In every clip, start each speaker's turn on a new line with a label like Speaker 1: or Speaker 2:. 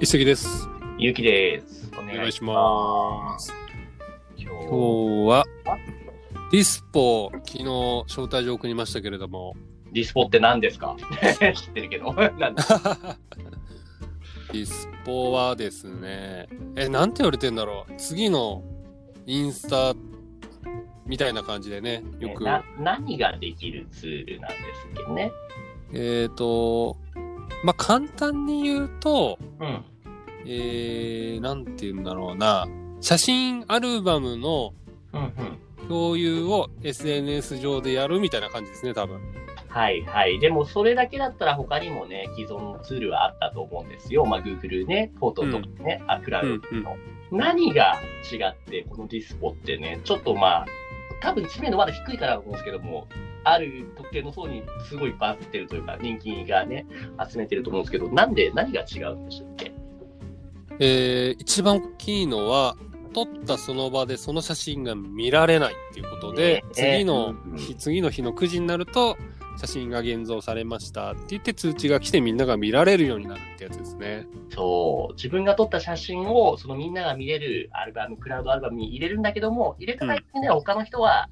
Speaker 1: 一石です。
Speaker 2: ゆうきです。お
Speaker 1: お願いします。
Speaker 2: 今
Speaker 1: 今
Speaker 2: 日、
Speaker 1: 日は、ディスポ、昨日招待状送りましたけれども、
Speaker 2: ディスポって何ですか 知ってるけど。 なんだ
Speaker 1: ディスポはですね、え、なんて言われてんだろう。次のインスタみたいな感じでね、よく、
Speaker 2: な何ができるツールなんですっけね。
Speaker 1: えっ、と、まあ、簡単に言うと、
Speaker 2: うん。
Speaker 1: えー、なんて言うんだろうな、写真アルバムの
Speaker 2: うんうん。
Speaker 1: 共有を SNS 上でやるみたいな感じですね、多分。
Speaker 2: はいはい。でも、それだけだったら他にもね、既存のツールはあったと思うんですよ。まあ、Google ね、フォトとかね、あクラウドとかの。何が違って、このディスポってね、ちょっとまあ、多分知名度まだ低いからだと思うんですけども、ある特定の層にすごいバズってるというか、人気がね、集めてると思うんですけど、なんで、何が違うんでしたっけ
Speaker 1: えー一番大きいのは撮ったその場でその写真が見られないっていうことで、
Speaker 2: ねえ
Speaker 1: 次の
Speaker 2: う
Speaker 1: 日
Speaker 2: ん
Speaker 1: 次の日の9時になると写真が現像されましたって言って通知が来てみんなが見られるようになるってやつですね。
Speaker 2: そう、自分が撮った写真を、そのみんなが見れるアルバム、クラウドアルバムに入れるんだけども、入れただけでは他の人は、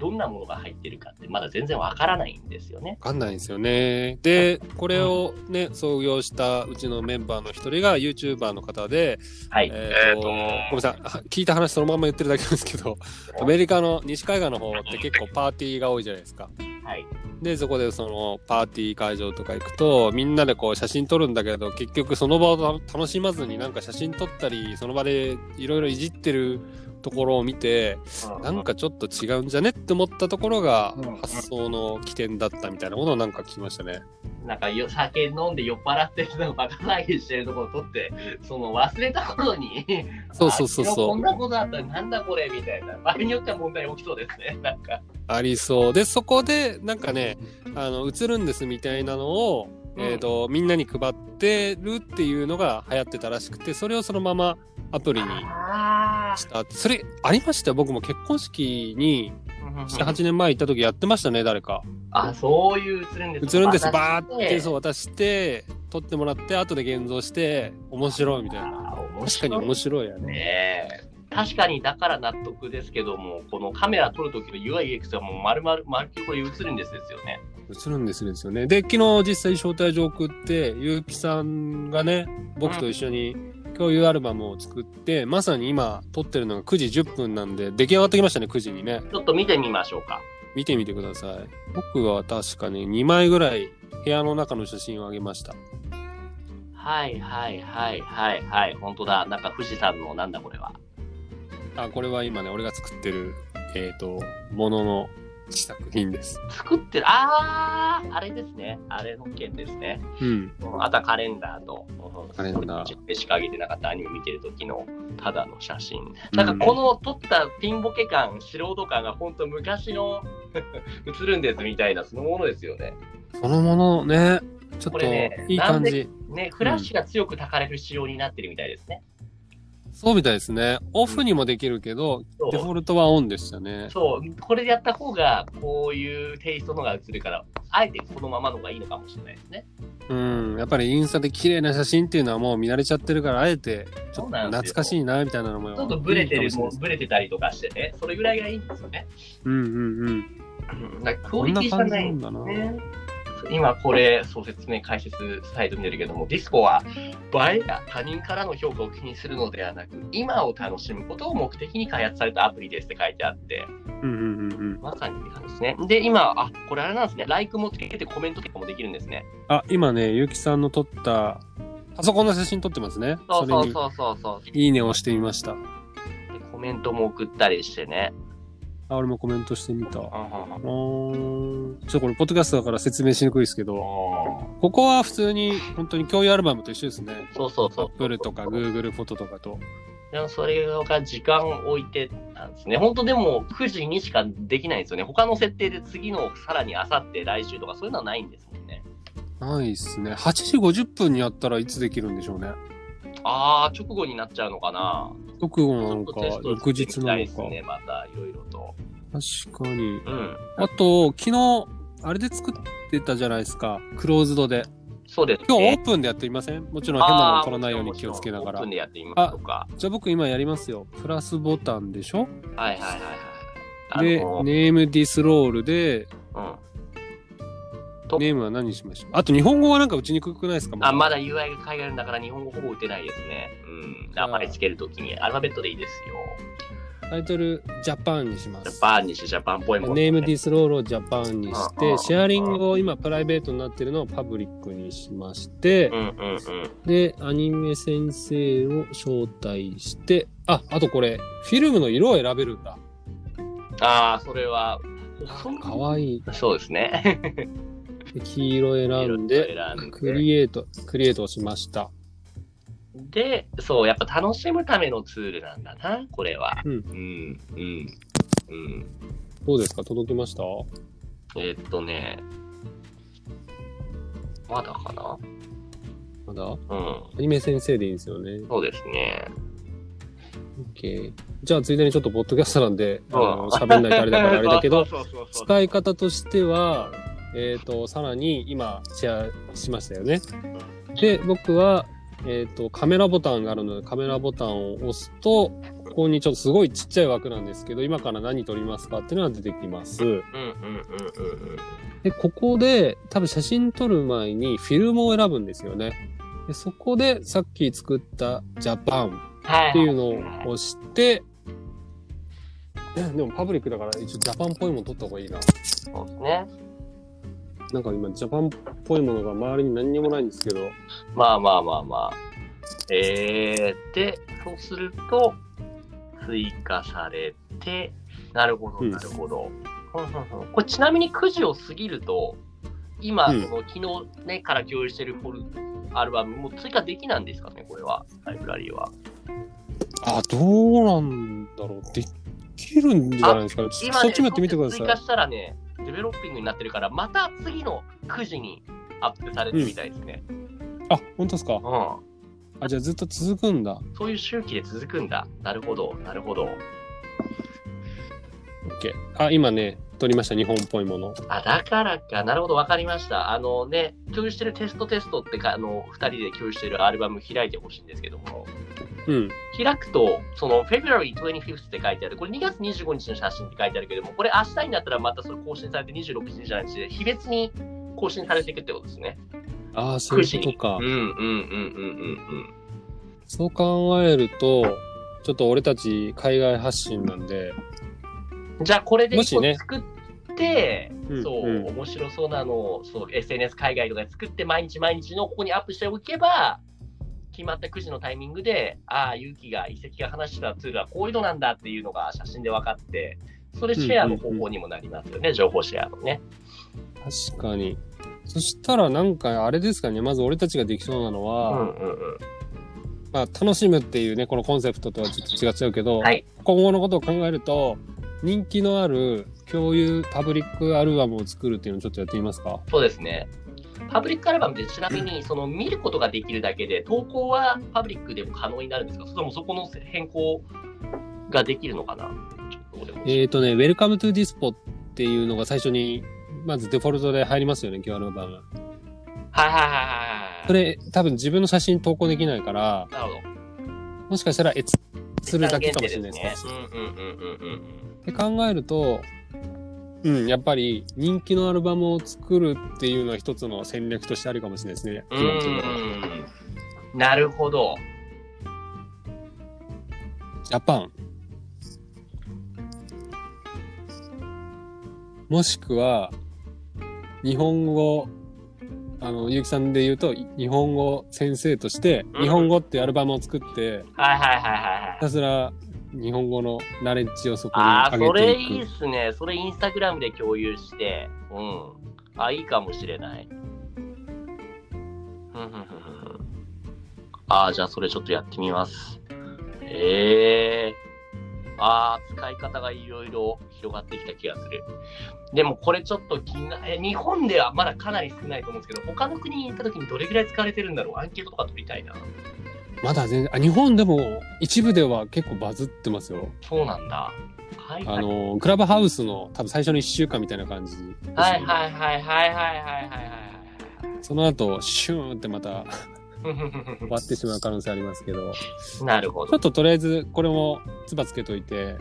Speaker 2: どんなものが入ってるかって、まだ全然わからないんですよね。
Speaker 1: わかんないんですよね。でこれをね創業したうちのメンバーの一人が YouTuber の方で、
Speaker 2: はい。
Speaker 1: えーとごめんなさいは聞いた話そのまんま言ってるだけなんですけどアメリカの西海岸の方って結構パーティーが多いじゃないですか。
Speaker 2: はい。
Speaker 1: でそこでそのパーティー会場とか行くとみんなでこう写真撮るんだけど結局その場を楽しまずになんか写真撮ったりその場でいろいろいじってるところを見てなんかちょっと違うんじゃねって思ったところが
Speaker 2: うん
Speaker 1: 発想の起点だったみたいなことをなんか聞きましたね。
Speaker 2: なんかよ酒飲んで酔っ払ってるのをバカ騒ぎしてるところを撮って、その忘れた頃に、
Speaker 1: そうそうそう
Speaker 2: あ昨日こ
Speaker 1: そ
Speaker 2: ん
Speaker 1: う
Speaker 2: なことあったらなんだこれみたいな、場合によっては問題起きそうですね、 なんか。
Speaker 1: ありそうでそこでなんかねあの映るんですみたいなのを、
Speaker 2: うん
Speaker 1: えー、とみんなに配ってるっていうのが流行ってたらしくてそれをそのままアプリに
Speaker 2: あ
Speaker 1: したそれありましたよ僕も結婚式に
Speaker 2: あ。
Speaker 1: 78年前行った時やってましたね誰か
Speaker 2: あ、そういう映るんです
Speaker 1: 映るんです
Speaker 2: バ
Speaker 1: バーってそう渡して撮ってもらって後で現像して面白いみたいな確
Speaker 2: 確
Speaker 1: かに面白いやね
Speaker 2: ねえ確かにだから納得ですけども、このカメラ撮るときの UIX はもう丸々、丸っきりこれ映るんですですよね。
Speaker 1: 映るんですですよねで昨日実際招待状送って結城さんがね僕と一緒に共有アルバムを作ってまさに今撮ってるのが9時10分なんで出来上がってきましたね9時にね
Speaker 2: ちょっと見てみましょうか。
Speaker 1: 見てみてください僕は確かね2枚ぐらい部屋の中の写真をあげました
Speaker 2: はいはいはいはいはい、本当だ。なんか富士山のなんだこれは。
Speaker 1: あこれは今ね俺が作ってるえっ、とものの試作品です。
Speaker 2: 作ってる、あー、あれですね。あれの件ですね。
Speaker 1: うん。
Speaker 2: うんあとはカレンダーと、
Speaker 1: カレンダー
Speaker 2: ー。しか上げてなかったアニメ見てる時のただの写真。なんかこの撮ったピンボケ感、素人感が本当昔の 映るんですみたいなそのものですよね。
Speaker 1: そのものねちょっ
Speaker 2: ことれね
Speaker 1: いい感
Speaker 2: な
Speaker 1: じ、
Speaker 2: ね、フラッシュが強くたかれる仕様になってるみたいですね。
Speaker 1: そうみたいですねオフにもできるけど、デフ
Speaker 2: そ
Speaker 1: ォルトはオンでしたね
Speaker 2: う、そうこれでやった方がこういうテイストのが映るから、あえてこのままのがいいのかもしれないですね。
Speaker 1: うんやっぱりインスタで綺麗な写真っていうのはもう見慣れちゃってるからあえてちょ
Speaker 2: そ
Speaker 1: っ
Speaker 2: う
Speaker 1: と
Speaker 2: なんですよ
Speaker 1: 懐かしいなみたいなのも
Speaker 2: ちょっとブレて
Speaker 1: い
Speaker 2: る
Speaker 1: いか
Speaker 2: も
Speaker 1: もしれないで
Speaker 2: う
Speaker 1: す
Speaker 2: ブレてたりとかしてね、それぐらいがいいんですよね。
Speaker 1: うんうんうん
Speaker 2: うんなんかクオ
Speaker 1: こ
Speaker 2: リ
Speaker 1: ん
Speaker 2: テ
Speaker 1: な
Speaker 2: ィじゃ
Speaker 1: 感じ
Speaker 2: な
Speaker 1: ないんだな、
Speaker 2: ね、今これ、そう説明解説サイト見てるけども、ディスコは映えや他人からの評価を気にするのではなく、今を楽しむことを目的に開発されたアプリですって書いてあって、
Speaker 1: うんうんうんうん
Speaker 2: まさにって感じですね。で、今、あこれあれなんですね、ライクもつけてコメントとかもできるんですね。
Speaker 1: あ今ねゆきさんの撮ったパソコンの写真撮ってますね
Speaker 2: そう
Speaker 1: れ
Speaker 2: そう
Speaker 1: に
Speaker 2: そうそうそう。
Speaker 1: いいねを押してみました
Speaker 2: でコメントも送ったりしてね。
Speaker 1: あ、俺もコメントしてみた。う
Speaker 2: あ
Speaker 1: ーん。ちょっとこれ、ポッドキャストだから説明しにくいですけど、
Speaker 2: ー
Speaker 1: ここは普通に、本当に共有アルバムと一緒ですね。
Speaker 2: そうそうそう。
Speaker 1: Apple とか Google フォトとかと。
Speaker 2: でもそれが時間を置いてなんですね。本当でも9時にしかできないんですよね。他の設定で次のさらにあさって来週とかそういうのはないんですもんね。
Speaker 1: ないっすね。8時50分にやったらいつできるんでしょうね。
Speaker 2: あー、直後になっちゃうのかな。
Speaker 1: 直後
Speaker 2: ち
Speaker 1: な
Speaker 2: ょ
Speaker 1: の
Speaker 2: っと
Speaker 1: か
Speaker 2: テス、ト
Speaker 1: 翌
Speaker 2: して
Speaker 1: 日
Speaker 2: み
Speaker 1: な
Speaker 2: た
Speaker 1: の
Speaker 2: いで
Speaker 1: か
Speaker 2: す。ね、またいろいろと。
Speaker 1: 確かに。
Speaker 2: うん。
Speaker 1: あと、昨日、あれで作ってたじゃないですか。クローズドで。
Speaker 2: そうです、ね。
Speaker 1: 今日オープンでやってみませんもちろん変なもの取らないように気をつけなが
Speaker 2: あーもちろんオー
Speaker 1: ら
Speaker 2: プン。でやってみますとか。
Speaker 1: じゃあ僕今やりますよ。プラスボタンでしょ
Speaker 2: はいはいはいはい。
Speaker 1: で、ネ
Speaker 2: あの
Speaker 1: ームディスロールで、
Speaker 2: と
Speaker 1: ネームは何にしましょうあと日本語はなんか打ちにくくないですか
Speaker 2: あまだ UI が海外なんだから日本語ほぼ打てないですね。うん。
Speaker 1: あー
Speaker 2: 名前つけるときにアルファベットでいいですよ。
Speaker 1: タイトル、ジャパンにしま
Speaker 2: ジャ
Speaker 1: す。
Speaker 2: パンにしてジャパンっぽいもの、
Speaker 1: ネームディスロールをジャパンにし
Speaker 2: うんう
Speaker 1: て、
Speaker 2: ん
Speaker 1: シェアリングを今プライベートになってるのをパブリックにしまして
Speaker 2: う、んうんうん。
Speaker 1: で、アニメ先生を招待して、あ、あとこれ、フィルムの色を選べるんだ。
Speaker 2: ああ、それは、
Speaker 1: かわいい。
Speaker 2: そうですね。
Speaker 1: で黄色選ん
Speaker 2: い
Speaker 1: で、
Speaker 2: ろいろ選んで
Speaker 1: クリエイト、クリエイトをしました。
Speaker 2: で、そう、やっぱ楽しむためのツールなんだな、これは。
Speaker 1: うん
Speaker 2: うん、うん、うん。
Speaker 1: どうですか届きました
Speaker 2: えっとね、まだかな
Speaker 1: まだア
Speaker 2: うん、
Speaker 1: ニメ先生でいいんですよね。
Speaker 2: そうですね。
Speaker 1: OK。じゃあ、ついでにちょっとポッドキャストなんで、あ
Speaker 2: うん
Speaker 1: の喋んないとあれだからあれだけど、
Speaker 2: そうそうそうそうそう
Speaker 1: 使い方としては、えっ、と、さらに今、シェアしましたよね。で、僕は、えっ、と、カメラボタンがあるので、カメラボタンを押すと、ここにちょっとすごいちっちゃい枠なんですけど、今から何撮りますかっていうのが出てきます。
Speaker 2: うんうんうんうんうん。
Speaker 1: で、ここで、多分写真撮る前にフィルムを選ぶんですよね。でそこで、さっき作ったジャパン
Speaker 2: はい。
Speaker 1: っていうのを押して、えでもパブリックだから一応ジャパンっぽいもの撮った方がいいな。
Speaker 2: そうですね。
Speaker 1: なんか今ジャパンっぽいものが周りに何にもないんですけど、
Speaker 2: まあまあまあまあ。えー、で、そうすると、追加されて、なるほど、
Speaker 1: うん
Speaker 2: なるほど。ふんふんふんこれちなみに9時を過ぎると、今、
Speaker 1: うん
Speaker 2: その昨日、ね、から共有してるフォルアルバムも追加できないんですかね、これは、ライブラリーは。
Speaker 1: あ、どうなんだろう。できるんじゃないですかね。ちょ
Speaker 2: 今、ね、
Speaker 1: そっちもやってみてくださ
Speaker 2: 追
Speaker 1: い
Speaker 2: 加。したらね、デベロッピングになってるから、また次の9時にアップされるみたいですね。
Speaker 1: あ、本当ですか。
Speaker 2: うん
Speaker 1: あ、じゃあずっと続くんだ。
Speaker 2: そういう周期で続くんだ。なるほど、なるほど。
Speaker 1: OK。あ、今ね、撮りました。日本っぽいもの。
Speaker 2: あ、だからか。なるほど、わかりました。あのね、共有してるテストテストってか、あの、2人で共有してるアルバム開いてほしいんですけども、
Speaker 1: うん。
Speaker 2: 開くと、その、February 25th って書いてある、これ2月25日の写真って書いてあるけども、これ明日になったらまたそれ更新されて26日じゃなくて、日別に更新されていくってことですね。
Speaker 1: ああ、そう
Speaker 2: 9
Speaker 1: い
Speaker 2: 時
Speaker 1: うこ
Speaker 2: に。
Speaker 1: と
Speaker 2: うん
Speaker 1: か
Speaker 2: うん。うんうんうんうん。
Speaker 1: そう考えると、ちょっと俺たち海外発信なんで、
Speaker 2: じゃあこれで
Speaker 1: もし
Speaker 2: 一
Speaker 1: ね
Speaker 2: 個作って、
Speaker 1: うん
Speaker 2: そう、
Speaker 1: うん
Speaker 2: 面白そうなのをそう SNS 海外とかで作って毎日毎日のここにアップしておけば決まった9時のタイミングでああ勇気が遺跡が話したツールはこういうのなんだっていうのが写真で分かってそれシェアの方法にもなりますよね、情報シェアのね
Speaker 1: 確かに。そしたらなんかあれですかね、まず俺たちができそうなの
Speaker 2: うん
Speaker 1: は、
Speaker 2: うんうん
Speaker 1: まあ、楽しむっていうねこのコンセプトとはちょっと違っちゃうけど、
Speaker 2: はい
Speaker 1: 今後のことを考えると人気のある共有パブリックアルバムを作るっていうのをちょっとやってみますか
Speaker 2: そうですねパブリックアルバムでちなみにその見ることができるだけで投稿はパブリックでも可能になるんですかそれともそこの変更ができるのかなちょっとここでも
Speaker 1: えっ、とね「Welcome to Dispo」っていうのが最初にまずデフォルトで入りますよね今日のアルバム
Speaker 2: はいはいはいはいはい。
Speaker 1: それ多分自分の写真投稿できないから
Speaker 2: なるほど。
Speaker 1: もしかしたら閲するだけかもしれないですね
Speaker 2: ね。うんうんうんうんうん
Speaker 1: って考えるとうん、やっぱり人気のアルバムを作るっていうのは一つの戦略としてあるかもしれないですね。
Speaker 2: うん。うん。なるほど。
Speaker 1: ジャパン。もしくは、日本語、あの、ゆうきさんで言うと、い日本語先生として、
Speaker 2: うん
Speaker 1: 日本語っていうアルバムを作って、
Speaker 2: はいはいはいはい
Speaker 1: ひ
Speaker 2: はい。
Speaker 1: たすら日本語のナレッジをそこに
Speaker 2: ああ、
Speaker 1: 上
Speaker 2: そ
Speaker 1: げ
Speaker 2: れ
Speaker 1: ていく。
Speaker 2: いいっすね。それインスタグラムで共有して。うん。あ、いいかもしれない。ふんふんふんふんああ、じゃあそれちょっとやってみます。ええああ、使い方がいろいろ広がってきた気がする。でもこれちょっと気になえ日本ではまだかなり少ないと思うんですけど、他の国に行った時にどれぐらい使われてるんだろうアンケートとか取りたいな。
Speaker 1: まだ全然、あ、日本でも一部では結構バズってますよ。
Speaker 2: そうなんだ。はい、は
Speaker 1: あ
Speaker 2: い、
Speaker 1: の、クラブハウスの多分最初の1週間みたいな感じですね、
Speaker 2: はいはいはいはいはいはいはいはいはい。
Speaker 1: その後、シューンってまた終わってしまう可能性ありますけど、
Speaker 2: なるほ
Speaker 1: ちょ
Speaker 2: ど
Speaker 1: っ。ととりあえずこれもつばつけといて、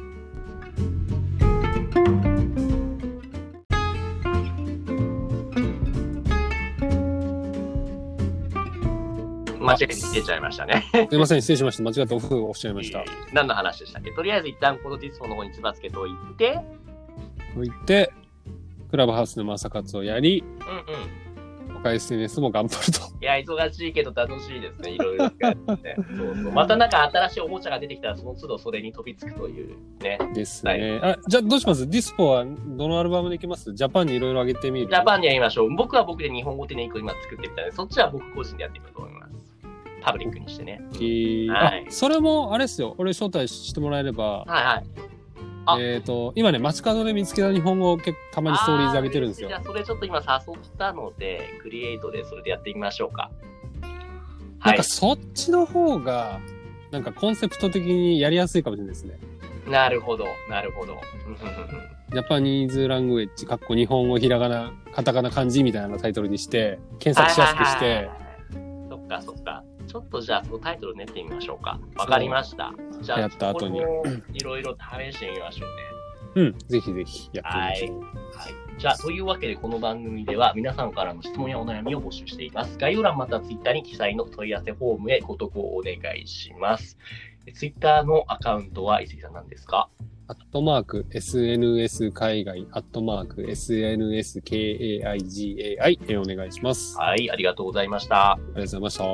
Speaker 2: 間違えて出ちゃいましたね。
Speaker 1: すいません、失礼しました。間違ってオフをおっしちゃいました
Speaker 2: え。ー何の話でしたっけとりあえず一旦このディスコの方につばつけといて、
Speaker 1: と言って、クラブハウスの朝活をやり、
Speaker 2: うんうん。
Speaker 1: 他 SNS も頑張ると。
Speaker 2: いや、忙しいけど楽しいですね。いろいろやって。そうそうまたなんか新しいおもちゃが出てきたら、その都度それに飛びつくというね。
Speaker 1: ですね。あじゃあどうしますディスポはどのアルバムでいきますジャパンにいろいろ上げてみる
Speaker 2: ジャパンでやりましょう。僕は僕で日本語テネイクを今作ってみたので、そっちは僕個人でやっていこうと思います。パブリックにしてね。
Speaker 1: えー
Speaker 2: はい
Speaker 1: あそれもあれですよ。俺招待してもらえれば、
Speaker 2: はいはい。あ
Speaker 1: えっ、と、今ね、街角で見つけた日本語を結構たまにストーリーズ上げてるんですよ
Speaker 2: あ。嬉しいじゃあ、それちょっと今誘ったので、クリエイトでそれでやってみましょうか。
Speaker 1: な
Speaker 2: は
Speaker 1: ん
Speaker 2: い
Speaker 1: か。そっちの方が、なんかコンセプト的にやりやすいかもしれないですね。
Speaker 2: なるほど、なるほど。うんうんうんうん
Speaker 1: ジャパニーズラングエッジ、かっこ日本語、ひらがな、カタカナ、漢字みたいなタイトルにして、検索しやすくし
Speaker 2: はいはい
Speaker 1: て
Speaker 2: は、いそっかそっか。ちょっとじゃあ、そのタイトル練ってみましょうか。わかりました。じゃあ、
Speaker 1: やった後に
Speaker 2: これもいろいろ試してみましょうね。
Speaker 1: うん、ぜひぜひやってみましょう。
Speaker 2: はい、じゃあというわけでこの番組では皆さんからの質問やお悩みを募集しています概要欄またはツイッターに記載の問い合わせフォームへご投稿をお願いしますツイッターのアカウントは伊勢さんなんですか
Speaker 1: アットマーク SNS 海外、アットマーク SNSKAIGAI でお願いします。あ
Speaker 2: はいありがとうございました
Speaker 1: りがとうございました。